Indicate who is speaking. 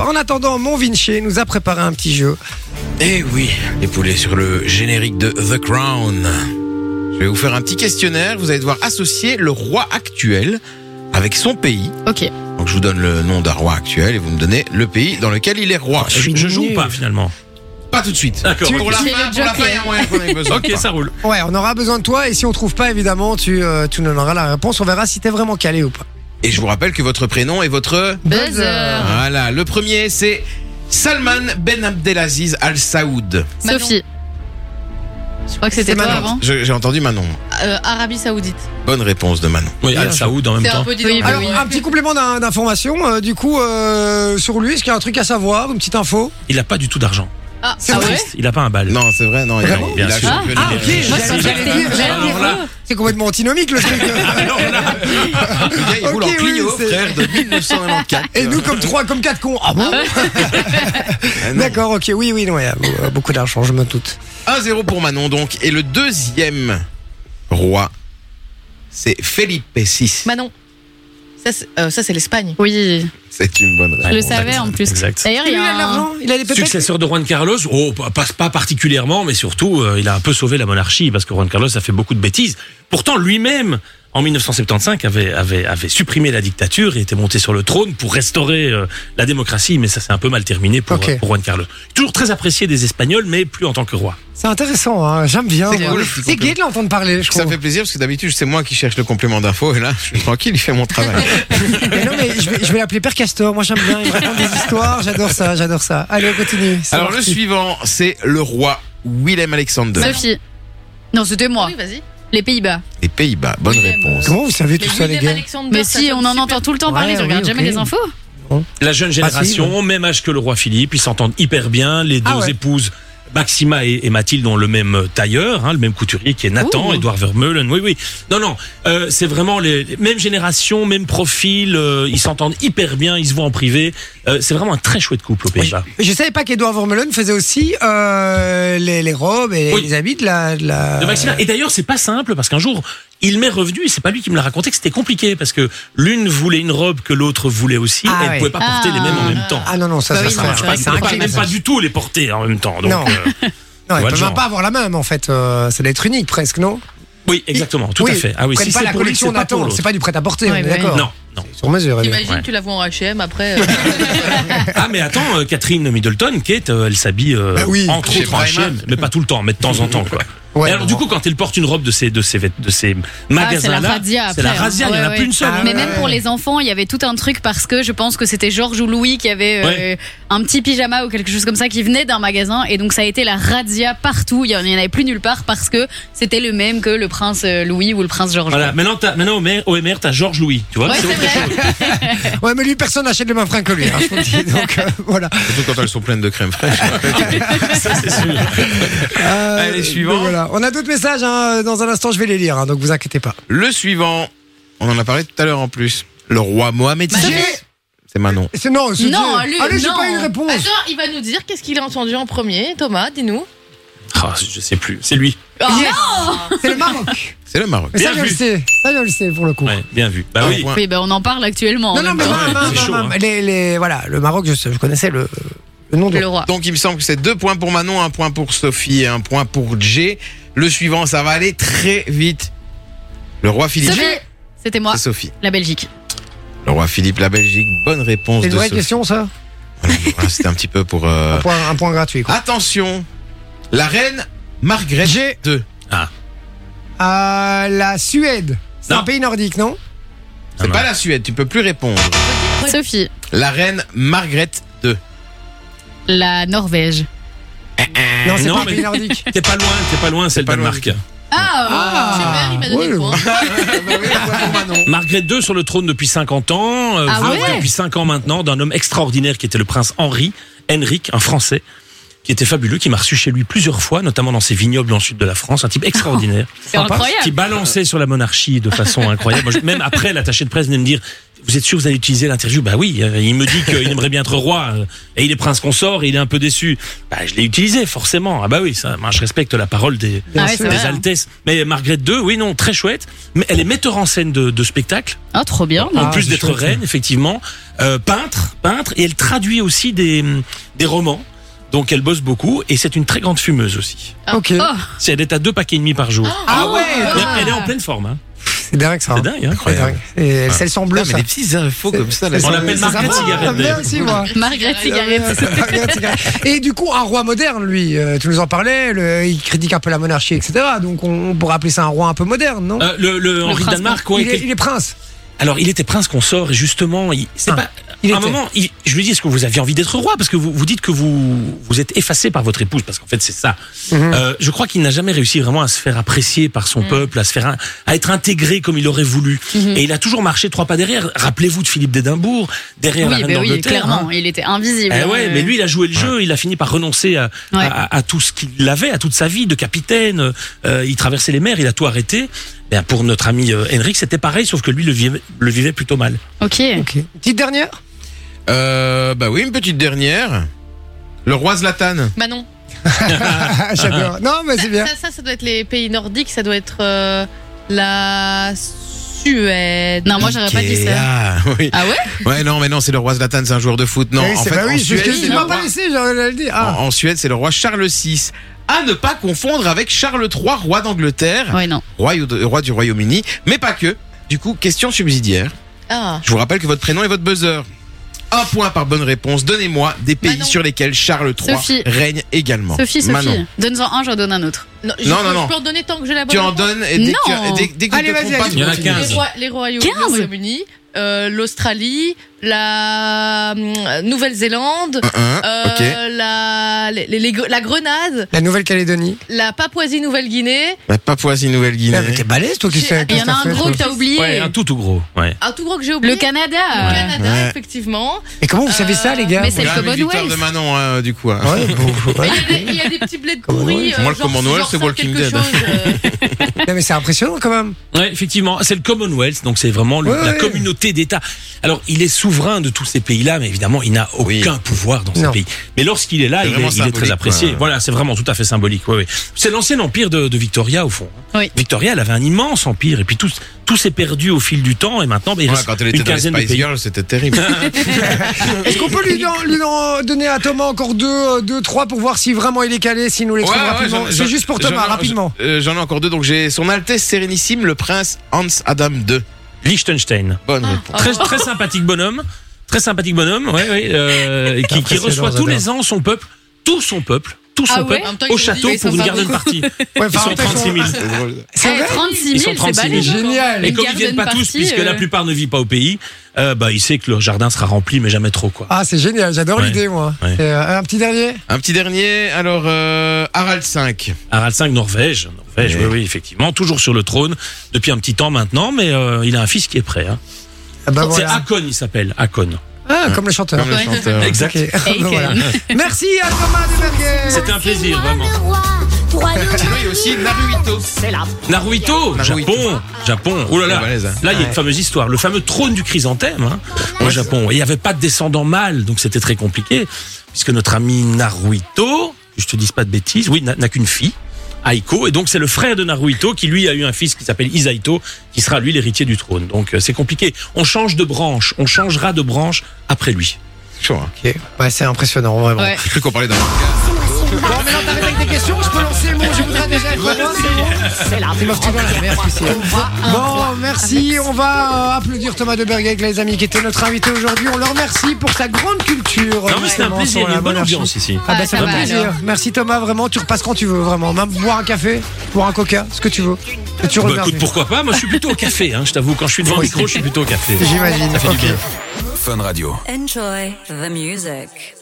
Speaker 1: En attendant, mon Vinci nous a préparé un petit jeu.
Speaker 2: Eh oui, les poulets sur le générique de The Crown. Je vais vous faire un petit questionnaire. Vous allez devoir associer le roi actuel avec son pays.
Speaker 3: Ok.
Speaker 2: Donc je vous donne le nom d'un roi actuel et vous me donnez le pays dans lequel il est roi.
Speaker 1: je suis
Speaker 4: Je joue ou
Speaker 1: nul.
Speaker 4: pas finalement
Speaker 2: Pas tout de suite.
Speaker 4: D'accord.
Speaker 2: Pour la
Speaker 3: J'ai
Speaker 2: fin,
Speaker 3: le
Speaker 2: pour la fin,
Speaker 3: joker.
Speaker 2: il y a moyen qu'on ait besoin.
Speaker 4: Ok, ça roule.
Speaker 1: Ouais, on aura besoin de toi et si on trouve pas, évidemment, tu, euh, tu nous donneras la réponse. On verra si t'es vraiment calé ou pas.
Speaker 2: Et je vous rappelle que votre prénom est votre...
Speaker 3: Buzzer.
Speaker 2: Voilà, le premier c'est Salman Ben Abdelaziz Al Saoud.
Speaker 3: Manon. Sophie. Je crois que c'était
Speaker 1: C'est
Speaker 3: toi
Speaker 1: Manon.
Speaker 3: avant.
Speaker 2: Je- J'ai entendu Manon.
Speaker 3: Euh, Arabie Saoudite.
Speaker 2: Bonne réponse de Manon.
Speaker 4: Oui,
Speaker 1: Bien
Speaker 4: Al
Speaker 1: joué.
Speaker 4: Saoud en même
Speaker 3: C'est un
Speaker 4: temps.
Speaker 3: peu dit.
Speaker 1: Alors, un petit complément d'in- d'information, euh, du coup, euh, sur lui, est-ce qu'il y a un truc à savoir, une petite info
Speaker 4: Il a pas du tout d'argent.
Speaker 3: Ah,
Speaker 1: C'est
Speaker 3: ah ouais
Speaker 4: Triste, il a pas un bal.
Speaker 2: Non, c'est vrai, non, il a,
Speaker 1: Vraiment
Speaker 2: il a
Speaker 4: Bien sûr.
Speaker 2: champion
Speaker 1: Ah,
Speaker 2: du
Speaker 1: ok,
Speaker 2: monde.
Speaker 1: je-
Speaker 3: Moi, je pensais que
Speaker 1: j'allais
Speaker 3: c'était-
Speaker 1: dire,
Speaker 3: j'allais dire.
Speaker 1: C'est complètement antinomique le truc.
Speaker 2: Le gars, il roule
Speaker 1: Ok,
Speaker 2: en Clio,
Speaker 1: oui, c'est-
Speaker 2: frère, de 1994.
Speaker 1: Et nous, comme trois, comme quatre cons. Ah bon
Speaker 2: Ah, non.
Speaker 1: D'accord, ok, oui, oui, non, il y a euh, beaucoup d'argent, je me doute.
Speaker 2: 1-0 pour Manon donc. Et le deuxième roi, c'est Felipe VI.
Speaker 3: Manon. Ça, c'est euh, ça, c'est l'Espagne. Oui.
Speaker 2: C'est une bonne
Speaker 3: Je
Speaker 2: réponse.
Speaker 3: le savais en plus.
Speaker 4: Exact.
Speaker 3: D'ailleurs, il y
Speaker 1: Lui,
Speaker 3: a un-
Speaker 1: il a des pépettes.
Speaker 4: Successeur de Juan Carlos, oh, pas- pas, pas particulièrement, mais surtout, euh, il a un peu sauvé la monarchie parce que Juan Carlos a fait beaucoup de bêtises. Pourtant, lui-même, en 1975, avait, avait, avait supprimé la dictature et était monté sur le trône pour restaurer euh, la démocratie, mais ça s'est un peu mal terminé pour,
Speaker 1: Ok.
Speaker 4: euh, pour Juan Carlos. Toujours très apprécié des Espagnols, mais plus en tant que roi.
Speaker 1: C'est intéressant, hein, j'aime bien.
Speaker 2: C'est
Speaker 1: moi.
Speaker 2: cool,
Speaker 1: C'est gai de l'entendre parler, je
Speaker 2: Ça
Speaker 1: trouve.
Speaker 2: fait plaisir parce que d'habitude c'est moi qui cherche le complément d'info et là je suis tranquille, il fait mon travail.
Speaker 1: Mais non, mais je vais, je vais l'appeler Père Castor, moi j'aime bien, il me raconte des histoires, j'adore ça, j'adore ça. Allez, on continue. c'est
Speaker 2: Alors le
Speaker 1: parti.
Speaker 2: suivant, c'est le roi Willem Alexander
Speaker 3: Sophie. bah. Non, c'était moi.
Speaker 5: Oui, vas-y.
Speaker 3: Les Pays-Bas.
Speaker 2: des Pays-Bas. Bonne
Speaker 5: Willem.
Speaker 2: réponse.
Speaker 1: Comment vous savez tout ça, les gars
Speaker 3: Mais si, on en entend tout le temps parler.
Speaker 1: Ouais,
Speaker 3: Je regarde
Speaker 1: oui,
Speaker 3: jamais
Speaker 1: ok.
Speaker 3: les infos.
Speaker 4: La jeune génération, même âge que le roi Philippe, ils s'entendent hyper bien. Les deux
Speaker 1: Ah ouais.
Speaker 4: épouses, Maxima et, et Mathilde, ont le même tailleur, hein, le même couturier qui est Nathan,
Speaker 3: Ouh.
Speaker 4: Edouard Vermeulen. Oui, oui. Non, non. euh, c'est vraiment les les mêmes générations, même profil. euh, ils s'entendent hyper bien. Ils se voient en privé. Euh, c'est vraiment un très chouette couple aux Pays-Bas.
Speaker 1: Je savais pas qu'Edouard Vermeulen faisait aussi euh, les, les robes et
Speaker 4: Oui.
Speaker 1: les habits de la. de la-
Speaker 4: de Maxima. Et d'ailleurs, c'est pas simple parce qu'un jour, il m'est revenu et c'est pas lui qui me l'a raconté que c'était compliqué parce que l'une voulait une robe que l'autre voulait aussi
Speaker 1: Ah
Speaker 4: et elle
Speaker 1: ouais.
Speaker 4: pouvait pas porter
Speaker 3: Ah.
Speaker 4: les mêmes en même temps.
Speaker 1: Ah non, non, ça,
Speaker 3: Bah
Speaker 1: ça,
Speaker 3: oui,
Speaker 1: ça
Speaker 3: non,
Speaker 1: marche
Speaker 3: c'est
Speaker 1: pas,
Speaker 3: vrai que
Speaker 1: c'est
Speaker 4: On
Speaker 1: un
Speaker 4: peut
Speaker 1: crime,
Speaker 4: même
Speaker 1: ça.
Speaker 4: pas du tout les porter en même temps. Donc,
Speaker 1: Non.
Speaker 4: euh,
Speaker 1: Non, ils
Speaker 4: Ouais,
Speaker 1: peuvent
Speaker 4: genre.
Speaker 1: même pas avoir la même en fait, euh, ça doit être unique presque, non
Speaker 4: oui, exactement, tout
Speaker 1: Oui,
Speaker 4: à fait. Ah
Speaker 1: ils
Speaker 4: oui,
Speaker 1: prennent
Speaker 4: si
Speaker 1: pas
Speaker 4: c'est
Speaker 1: la
Speaker 4: pour lui,
Speaker 1: collection
Speaker 4: c'est pas pour
Speaker 1: Nathan,
Speaker 4: l'autre.
Speaker 1: c'est pas du prêt-à-porter,
Speaker 3: Ouais,
Speaker 1: on est
Speaker 3: ouais.
Speaker 1: d'accord
Speaker 4: Non, non.
Speaker 1: Sur mesure, évidemment.
Speaker 5: Imagine,
Speaker 4: Ouais.
Speaker 5: tu la vois en HM après. euh,
Speaker 4: Ah mais attends, euh, Catherine Middleton, Kate, euh, elle s'habille euh,
Speaker 1: Bah oui,
Speaker 4: entre
Speaker 2: chez
Speaker 4: autres en
Speaker 2: Primark.
Speaker 4: H&M, mais pas tout le temps, mais de temps en temps quoi.
Speaker 1: Ouais,
Speaker 4: Et
Speaker 1: bon.
Speaker 4: alors du coup, quand elle porte une robe de ces de ces vêt- de ces
Speaker 3: Ah, c'est la
Speaker 4: magasins là,
Speaker 3: razzia
Speaker 4: c'est la
Speaker 3: après, hein.
Speaker 4: razzia, il y en
Speaker 3: Ouais,
Speaker 4: a plus
Speaker 3: ouais.
Speaker 4: une seule. hein.
Speaker 3: Mais
Speaker 1: ouais,
Speaker 3: même
Speaker 1: ouais.
Speaker 3: pour les enfants, il y avait tout un truc parce que je pense que c'était Georges ou Louis qui avait euh,
Speaker 4: Ouais.
Speaker 3: un petit pyjama ou quelque chose comme ça qui venait d'un magasin et donc ça a été la razzia partout. Il y en il y en avait plus nulle part parce que c'était le même que le prince euh, Louis ou le prince Georges.
Speaker 4: Voilà, maintenant, t'as- maintenant au maire- au MR, t'as Georges Louis, tu vois.
Speaker 3: Ouais,
Speaker 4: c'est
Speaker 3: c'est
Speaker 4: autre chose.
Speaker 3: vrai.
Speaker 1: Ouais, mais lui, personne n'achète les mêmes fringues que lui. hein, je vous le dis. donc euh, voilà.
Speaker 2: Surtout quand elles sont pleines de crème fraîche.
Speaker 4: Ça, c'est sûr.
Speaker 1: Euh,
Speaker 2: Allez, suivant.
Speaker 1: donc voilà. On a d'autres messages, hein, dans un instant, je vais les lire, hein, donc vous inquiétez pas.
Speaker 2: Le suivant, on en a parlé tout à l'heure en plus. Le roi Mohamed VI.
Speaker 1: J'ai-
Speaker 2: C'est Manon.
Speaker 1: C'est non, c'est
Speaker 3: Non,
Speaker 1: Dieu.
Speaker 3: lui,
Speaker 1: Allez, j'ai
Speaker 3: non. Bah,
Speaker 1: pas eu de réponse.
Speaker 5: Attends, il va nous dire qu'est-ce qu'il a entendu en premier. Thomas, dis-nous.
Speaker 4: Ah, je sais plus. C'est lui.
Speaker 3: Ah,
Speaker 1: Yes. C'est le Maroc.
Speaker 2: C'est le Maroc.
Speaker 1: Mais ça,
Speaker 4: Bien
Speaker 1: je le
Speaker 4: vu.
Speaker 1: sais. Ça, je le sais pour le coup.
Speaker 4: Ouais, bien vu. Bah
Speaker 2: Un
Speaker 4: oui.
Speaker 2: point.
Speaker 3: Oui, ben on en parle actuellement.
Speaker 1: Non,
Speaker 3: en
Speaker 1: non,
Speaker 3: même
Speaker 1: mais
Speaker 3: temps.
Speaker 1: non, non,
Speaker 4: c'est chaud,
Speaker 1: non, non,
Speaker 4: hein.
Speaker 1: les, les- voilà, le Maroc, je, sais- je connaissais le, le nom de.
Speaker 3: le roi.
Speaker 2: Donc il me semble que c'est deux points pour Manon, un point pour Sophie et un point pour Jay. Le suivant, ça va aller très vite. Le roi Philippe.
Speaker 3: Sophie, c'était moi,
Speaker 2: C'est Sophie.
Speaker 3: la Belgique.
Speaker 2: Le roi Philippe, la Belgique. Bonne réponse
Speaker 1: C'est
Speaker 2: de
Speaker 1: une vraie
Speaker 2: Sophie.
Speaker 1: question, ça
Speaker 2: Voilà, C'était un petit peu pour. euh,
Speaker 4: Ah.
Speaker 1: un point, un point gratuit, quoi.
Speaker 2: Attention, la reine Margaret II.
Speaker 1: Euh, la Suède. C'est
Speaker 4: Non.
Speaker 1: un pays nordique, non
Speaker 2: C'est
Speaker 4: Ah,
Speaker 2: pas la Suède, tu peux plus répondre.
Speaker 3: Sophie,
Speaker 2: La reine Margaret II.
Speaker 3: la Norvège.
Speaker 1: Non, c'est
Speaker 4: Eh non,
Speaker 1: pas un
Speaker 4: mais-
Speaker 1: pays nordique.
Speaker 4: T'es pas loin, t'es pas loin, c'est le
Speaker 2: pas loin.
Speaker 4: Danemark.
Speaker 3: Ah,
Speaker 5: Super, il m'a donné
Speaker 1: ouais.
Speaker 5: le point.
Speaker 4: Margaret II sur le trône depuis 50 ans, euh,
Speaker 3: Ah
Speaker 4: veuve
Speaker 3: ouais
Speaker 4: depuis 5 ans maintenant d'un homme extraordinaire qui était le prince Henri, Henrik, un Français, qui était fabuleux, qui m'a reçu chez lui plusieurs fois, notamment dans ses vignobles dans le sud de la France, un type extraordinaire,
Speaker 3: C'est incroyable.
Speaker 4: qui balançait sur la monarchie de façon incroyable. Moi, je- même après, l'attaché de presse venait me dire. Vous êtes sûr que vous allez utiliser l'interview Bah oui, euh, il me dit qu'il aimerait bien être roi euh, et il est prince consort et il est un peu déçu. Bah je l'ai utilisé forcément. Ah bah oui, ça, moi, je respecte la parole des,
Speaker 3: Ah ouais,
Speaker 1: sûr.
Speaker 3: c'est
Speaker 4: des
Speaker 3: vrai. hein.
Speaker 4: altesses. Mais Margrethe II, oui non, très chouette. Mais elle est metteur en scène de, de spectacle
Speaker 3: Ah, trop bien.
Speaker 1: Ah,
Speaker 4: en plus
Speaker 1: c'est
Speaker 4: d'être
Speaker 1: chouette,
Speaker 4: reine, effectivement, euh, peintre, peintre, et elle traduit aussi des, des romans. Donc elle bosse beaucoup et c'est une très grande fumeuse aussi.
Speaker 5: Ah.
Speaker 1: Ok.
Speaker 3: Oh,
Speaker 4: C'est- Elle est à deux paquets et demi par jour.
Speaker 1: Ah ouais
Speaker 4: Mais elle est en pleine forme. Hein.
Speaker 1: C'est dingue ça.
Speaker 4: C'est
Speaker 1: hein.
Speaker 4: dingue. Hein
Speaker 1: C'est dingue. Et
Speaker 2: Ouais.
Speaker 1: celles sont
Speaker 2: Putain,
Speaker 1: bleues,
Speaker 2: mais
Speaker 1: ça.
Speaker 2: des petites infos comme ça. là,
Speaker 1: C'est-
Speaker 4: On
Speaker 2: c'est-
Speaker 4: l'appelle
Speaker 1: c'est
Speaker 4: Margaret
Speaker 1: sympa,
Speaker 4: Cigarette,
Speaker 1: j'aime bien
Speaker 4: d'ailleurs.
Speaker 1: aussi, moi.
Speaker 3: Margaret Cigarette.
Speaker 4: Ah,
Speaker 1: Euh, Margaret Cigarette. Et du coup, un roi moderne, lui, euh, tu nous en parlais, le- il critique un peu la monarchie, etc. Donc on, on pourrait appeler ça un roi un peu moderne, non
Speaker 4: Euh, le, le Henri
Speaker 3: prince
Speaker 4: Danemark, ouais,
Speaker 1: il, est,
Speaker 4: quel-
Speaker 1: il est prince.
Speaker 4: alors il était prince consort et justement, il- c'est
Speaker 1: Ah,
Speaker 4: pas.
Speaker 1: il
Speaker 4: à un
Speaker 1: était.
Speaker 4: moment, il- je lui dis est-ce que vous aviez envie d'être roi parce que vous, vous dites que vous vous êtes effacé par votre épouse parce qu'en fait c'est ça.
Speaker 1: Mhm.
Speaker 4: Euh, je crois qu'il n'a jamais réussi vraiment à se faire apprécier par
Speaker 3: Mhm.
Speaker 4: son peuple, à se faire un- à être intégré comme il aurait voulu. Et il a toujours marché trois pas derrière. Rappelez-vous de Philippe d'Édimbourg, derrière la
Speaker 3: Oui,
Speaker 4: reine
Speaker 3: bah oui,
Speaker 4: d'Angleterre, hein.
Speaker 3: clairement. Il était invisible.
Speaker 4: Eh ouais,
Speaker 3: hein,
Speaker 4: mais
Speaker 3: euh.
Speaker 4: lui, il a joué le jeu, il a fini par renoncer à,
Speaker 3: Ouais.
Speaker 4: à- à tout ce qu'il avait, à toute sa vie de capitaine. Euh, il traversait les mers, il a tout arrêté. Ben, pour notre ami euh, Henrik, c'était pareil, sauf que lui le vivait, le vivait plutôt mal.
Speaker 3: Ok.
Speaker 1: Ok. Petite dernière
Speaker 2: Euh, bah oui, une petite dernière. Le roi Zlatan.
Speaker 5: Manon.
Speaker 1: Ah, J'adore. Non, mais c'est bien.
Speaker 5: Ça, ça, ça doit être les pays nordiques, ça doit être euh, la Suède.
Speaker 3: Non, Ah, moi, j'aurais pas dit ça.
Speaker 2: Ikea. Oui.
Speaker 5: Ah ouais
Speaker 2: Ouais, non, mais non, c'est le roi Zlatan, c'est un joueur de foot. Non,
Speaker 1: Eh,
Speaker 2: en
Speaker 1: c'est
Speaker 2: fait,
Speaker 1: bah
Speaker 2: en
Speaker 1: oui,
Speaker 2: Suède,
Speaker 1: c'est ce
Speaker 2: c'est
Speaker 1: que tu
Speaker 2: le
Speaker 1: m'as
Speaker 2: roi-
Speaker 1: pas laissé, j'allais le dire.
Speaker 2: en-
Speaker 1: Ah.
Speaker 2: en Suède, c'est le roi Charles VI. À ne pas confondre avec Charles III, roi d'Angleterre,
Speaker 3: Ouais, non.
Speaker 2: roi, de- roi du Royaume-Uni, mais pas que. Du coup, question subsidiaire.
Speaker 5: Ah.
Speaker 2: Je vous rappelle que votre prénom est votre buzzer. Un point par bonne réponse. Donnez-moi des pays
Speaker 5: Manon.
Speaker 2: sur lesquels Charles III
Speaker 3: Sophie.
Speaker 2: règne également.
Speaker 3: Sophie,
Speaker 2: Manon.
Speaker 3: Sophie, donne-en un, j'en donne un autre.
Speaker 5: Non, je,
Speaker 2: non,
Speaker 5: je
Speaker 2: non.
Speaker 5: peux en donner tant que j'ai la bonne.
Speaker 2: Tu en
Speaker 5: réponse.
Speaker 2: donnes et dès que,
Speaker 3: Ah, Non.
Speaker 2: dès, dès que
Speaker 1: Allez,
Speaker 2: tu te
Speaker 1: vas-y,
Speaker 2: trompes pas,
Speaker 1: allez.
Speaker 2: tu
Speaker 4: Il y en a
Speaker 2: continues.
Speaker 4: 15.
Speaker 5: Les, rois- les royaumes,
Speaker 3: Quinze.
Speaker 5: le Royaume-Uni, euh, l'Australie, la euh, Nouvelle-Zélande,
Speaker 2: Un, un,
Speaker 5: euh,
Speaker 2: ok.
Speaker 5: la, les- les- les- la Grenade,
Speaker 1: La Nouvelle-Calédonie.
Speaker 5: la Papouasie-Nouvelle-Guinée,
Speaker 2: La Papouasie-Nouvelle-Guinée.
Speaker 1: Eh, mais T'es balèze, toi, qui
Speaker 5: J'ai-
Speaker 1: sais.
Speaker 3: Il y
Speaker 1: qu'est-ce
Speaker 3: en
Speaker 1: que
Speaker 3: a
Speaker 1: t'as
Speaker 3: un
Speaker 1: fait,
Speaker 3: gros
Speaker 1: toi
Speaker 3: que t'as oublié.
Speaker 4: Ouais, un tout tout gros. Ouais.
Speaker 5: un tout gros que j'ai oublié.
Speaker 3: Le Canada.
Speaker 5: Le
Speaker 4: Ouais.
Speaker 5: Canada,
Speaker 2: Ouais.
Speaker 5: effectivement.
Speaker 1: Et comment vous savez ça, les gars
Speaker 3: mais c'est
Speaker 2: Voilà,
Speaker 3: le
Speaker 2: mais victoire de
Speaker 3: Commonwealth.
Speaker 2: Manon, hein, du coup. hein.
Speaker 1: Ouais, bon, ouais.
Speaker 5: Mais Il y, a des- il y a des petits blés de
Speaker 1: Comme
Speaker 5: pourris.
Speaker 2: Noël. Moi, le
Speaker 5: genre,
Speaker 2: Common Noël,
Speaker 5: genre,
Speaker 2: c'est
Speaker 5: sors
Speaker 2: Walking
Speaker 5: quelque
Speaker 2: Dead.
Speaker 5: chose, euh,
Speaker 1: Non, mais c'est impressionnant quand même.
Speaker 4: Ouais, effectivement, c'est le Commonwealth, donc c'est vraiment le-
Speaker 1: Ouais,
Speaker 4: la
Speaker 1: ouais.
Speaker 4: communauté d'États. Alors, il est souverain de tous ces pays-là, mais évidemment, il n'a
Speaker 2: Oui.
Speaker 4: aucun pouvoir dans ces
Speaker 1: Non.
Speaker 4: pays. Mais lorsqu'il est là,
Speaker 2: C'est
Speaker 4: il est,
Speaker 2: vraiment
Speaker 4: il est
Speaker 2: symbolique,
Speaker 4: très apprécié.
Speaker 2: quoi.
Speaker 4: Voilà, c'est vraiment tout à fait symbolique. Ouais, ouais. C'est l'ancien empire de, de Victoria, au fond.
Speaker 3: Oui.
Speaker 4: Victoria, elle avait un immense empire, et puis tout, tout s'est perdu au fil du temps, et maintenant, ben, il
Speaker 2: Ouais,
Speaker 4: reste
Speaker 2: quand elle
Speaker 4: une
Speaker 2: était dans les
Speaker 4: quinzaine de
Speaker 2: Spice
Speaker 4: pays.
Speaker 2: Girls, c'était terrible.
Speaker 1: Est-ce qu'on peut lui, don- lui don- donner à Thomas encore deux, euh, deux, trois pour voir si vraiment il est calé, s'il nous les
Speaker 2: Ouais,
Speaker 1: trouve
Speaker 2: ouais,
Speaker 1: rapidement
Speaker 2: j'en- j'en-
Speaker 1: C'est juste pour
Speaker 2: j'en ai-
Speaker 1: Thomas, rapidement.
Speaker 2: euh, J'en ai encore deux, donc j'ai Son Altesse Sérénissime, le prince Hans Adam II.
Speaker 4: Liechtenstein.
Speaker 2: Bonne
Speaker 5: Oh.
Speaker 2: réponse.
Speaker 4: Très, très sympathique bonhomme. Très sympathique bonhomme, ouais, ouais, euh, qui, qui reçoit tous les ans son peuple, tout son peuple, tout son
Speaker 3: Ah ouais
Speaker 4: peuple,
Speaker 5: En même temps, ils
Speaker 4: au
Speaker 5: nous
Speaker 4: château
Speaker 5: disent, ils
Speaker 4: pour
Speaker 5: sont
Speaker 4: une
Speaker 5: pas
Speaker 4: garden
Speaker 5: beaucoup.
Speaker 4: party.
Speaker 1: Ouais,
Speaker 4: Ils sont
Speaker 1: enfin,
Speaker 4: 36 000.
Speaker 2: C'est drôle.
Speaker 1: C'est
Speaker 3: Eh,
Speaker 1: vrai
Speaker 3: 36
Speaker 4: Ils sont
Speaker 3: 000, c'est
Speaker 4: 36 000.
Speaker 3: balèze.
Speaker 1: Génial.
Speaker 4: Et
Speaker 3: Une
Speaker 4: comme ils viennent
Speaker 3: garden
Speaker 4: pas tous,
Speaker 3: party,
Speaker 4: puisque
Speaker 3: euh.
Speaker 4: la plupart ne vit pas au pays, euh, bah, il sait que le jardin sera rempli, mais jamais trop, quoi.
Speaker 1: Ah, c'est génial, j'adore
Speaker 4: Ouais.
Speaker 1: l'idée, moi.
Speaker 4: Ouais.
Speaker 1: Et, euh, un petit dernier
Speaker 2: Un petit dernier, alors euh, Harald V.
Speaker 4: Harald V, Norvège. Norvège,
Speaker 2: Ouais.
Speaker 4: oui, oui, effectivement. Toujours sur le trône depuis un petit temps maintenant, mais euh, il a un fils qui est prêt. hein.
Speaker 1: ah, bah,
Speaker 4: C'est
Speaker 1: voilà.
Speaker 4: Hakon, il s'appelle. Hakon.
Speaker 1: Ah, comme le chanteur.
Speaker 2: Comme le
Speaker 5: Ouais.
Speaker 2: chanteur.
Speaker 4: Exact.
Speaker 1: Ok. Bah,
Speaker 3: Aiken.
Speaker 1: voilà. Merci à Thomas de Berger.
Speaker 4: C'était un plaisir, vraiment.
Speaker 2: Sinon, il y a aussi Naruhito.
Speaker 4: Naruhito,
Speaker 2: Naruhito.
Speaker 4: Japon, Japon. Oh là là,
Speaker 2: C'est balèze, hein.
Speaker 4: là il y a une fameuse histoire, le fameux trône du chrysanthème hein, au Japon. Et Il n'y avait pas de descendant mâle, donc c'était très compliqué, puisque notre ami Naruhito, que je te dise pas de bêtises, oui, n'a n'a qu'une fille. Aiko, et donc c'est le frère de Naruhito qui lui a eu un fils qui s'appelle Isaito, qui sera lui l'héritier du trône. Donc euh, c'est compliqué. On change de branche, on changera de branche après lui.
Speaker 2: Chaud, hein.
Speaker 1: Ok. Ouais, c'est impressionnant, vraiment.
Speaker 3: Ouais.
Speaker 2: J'ai cru qu'on parlait d'un.
Speaker 1: Bon, maintenant t'arrives avec des questions, je peux lancer le mot, je voudrais déjà être heureux, c'est bon C'est moi, je te vois la merde, ici. Bon, merci, on va euh, applaudir Thomas de Bergeg, les amis, qui était notre invité aujourd'hui. On le remercie pour sa grande culture.
Speaker 4: Non mais c'est un
Speaker 1: justement, sur
Speaker 4: plaisir, il y a
Speaker 1: la
Speaker 4: une bonne
Speaker 1: monarchie.
Speaker 4: ambiance ici.
Speaker 1: Ah bah
Speaker 3: Ah,
Speaker 1: c'est
Speaker 3: ça
Speaker 1: un
Speaker 3: va,
Speaker 1: plaisir.
Speaker 3: alors.
Speaker 1: Merci Thomas, vraiment, tu repasses quand tu veux, vraiment. Même boire un café, boire un coca, ce que tu veux. Et tu
Speaker 4: Bah,
Speaker 1: reviens.
Speaker 4: écoute, pourquoi pas Moi je suis plutôt au café, hein, je t'avoue, quand je suis devant le micro, je suis plutôt au café.
Speaker 1: J'imagine.
Speaker 4: Ça fait du
Speaker 1: Ok.
Speaker 4: bien.
Speaker 6: Enjoy the music.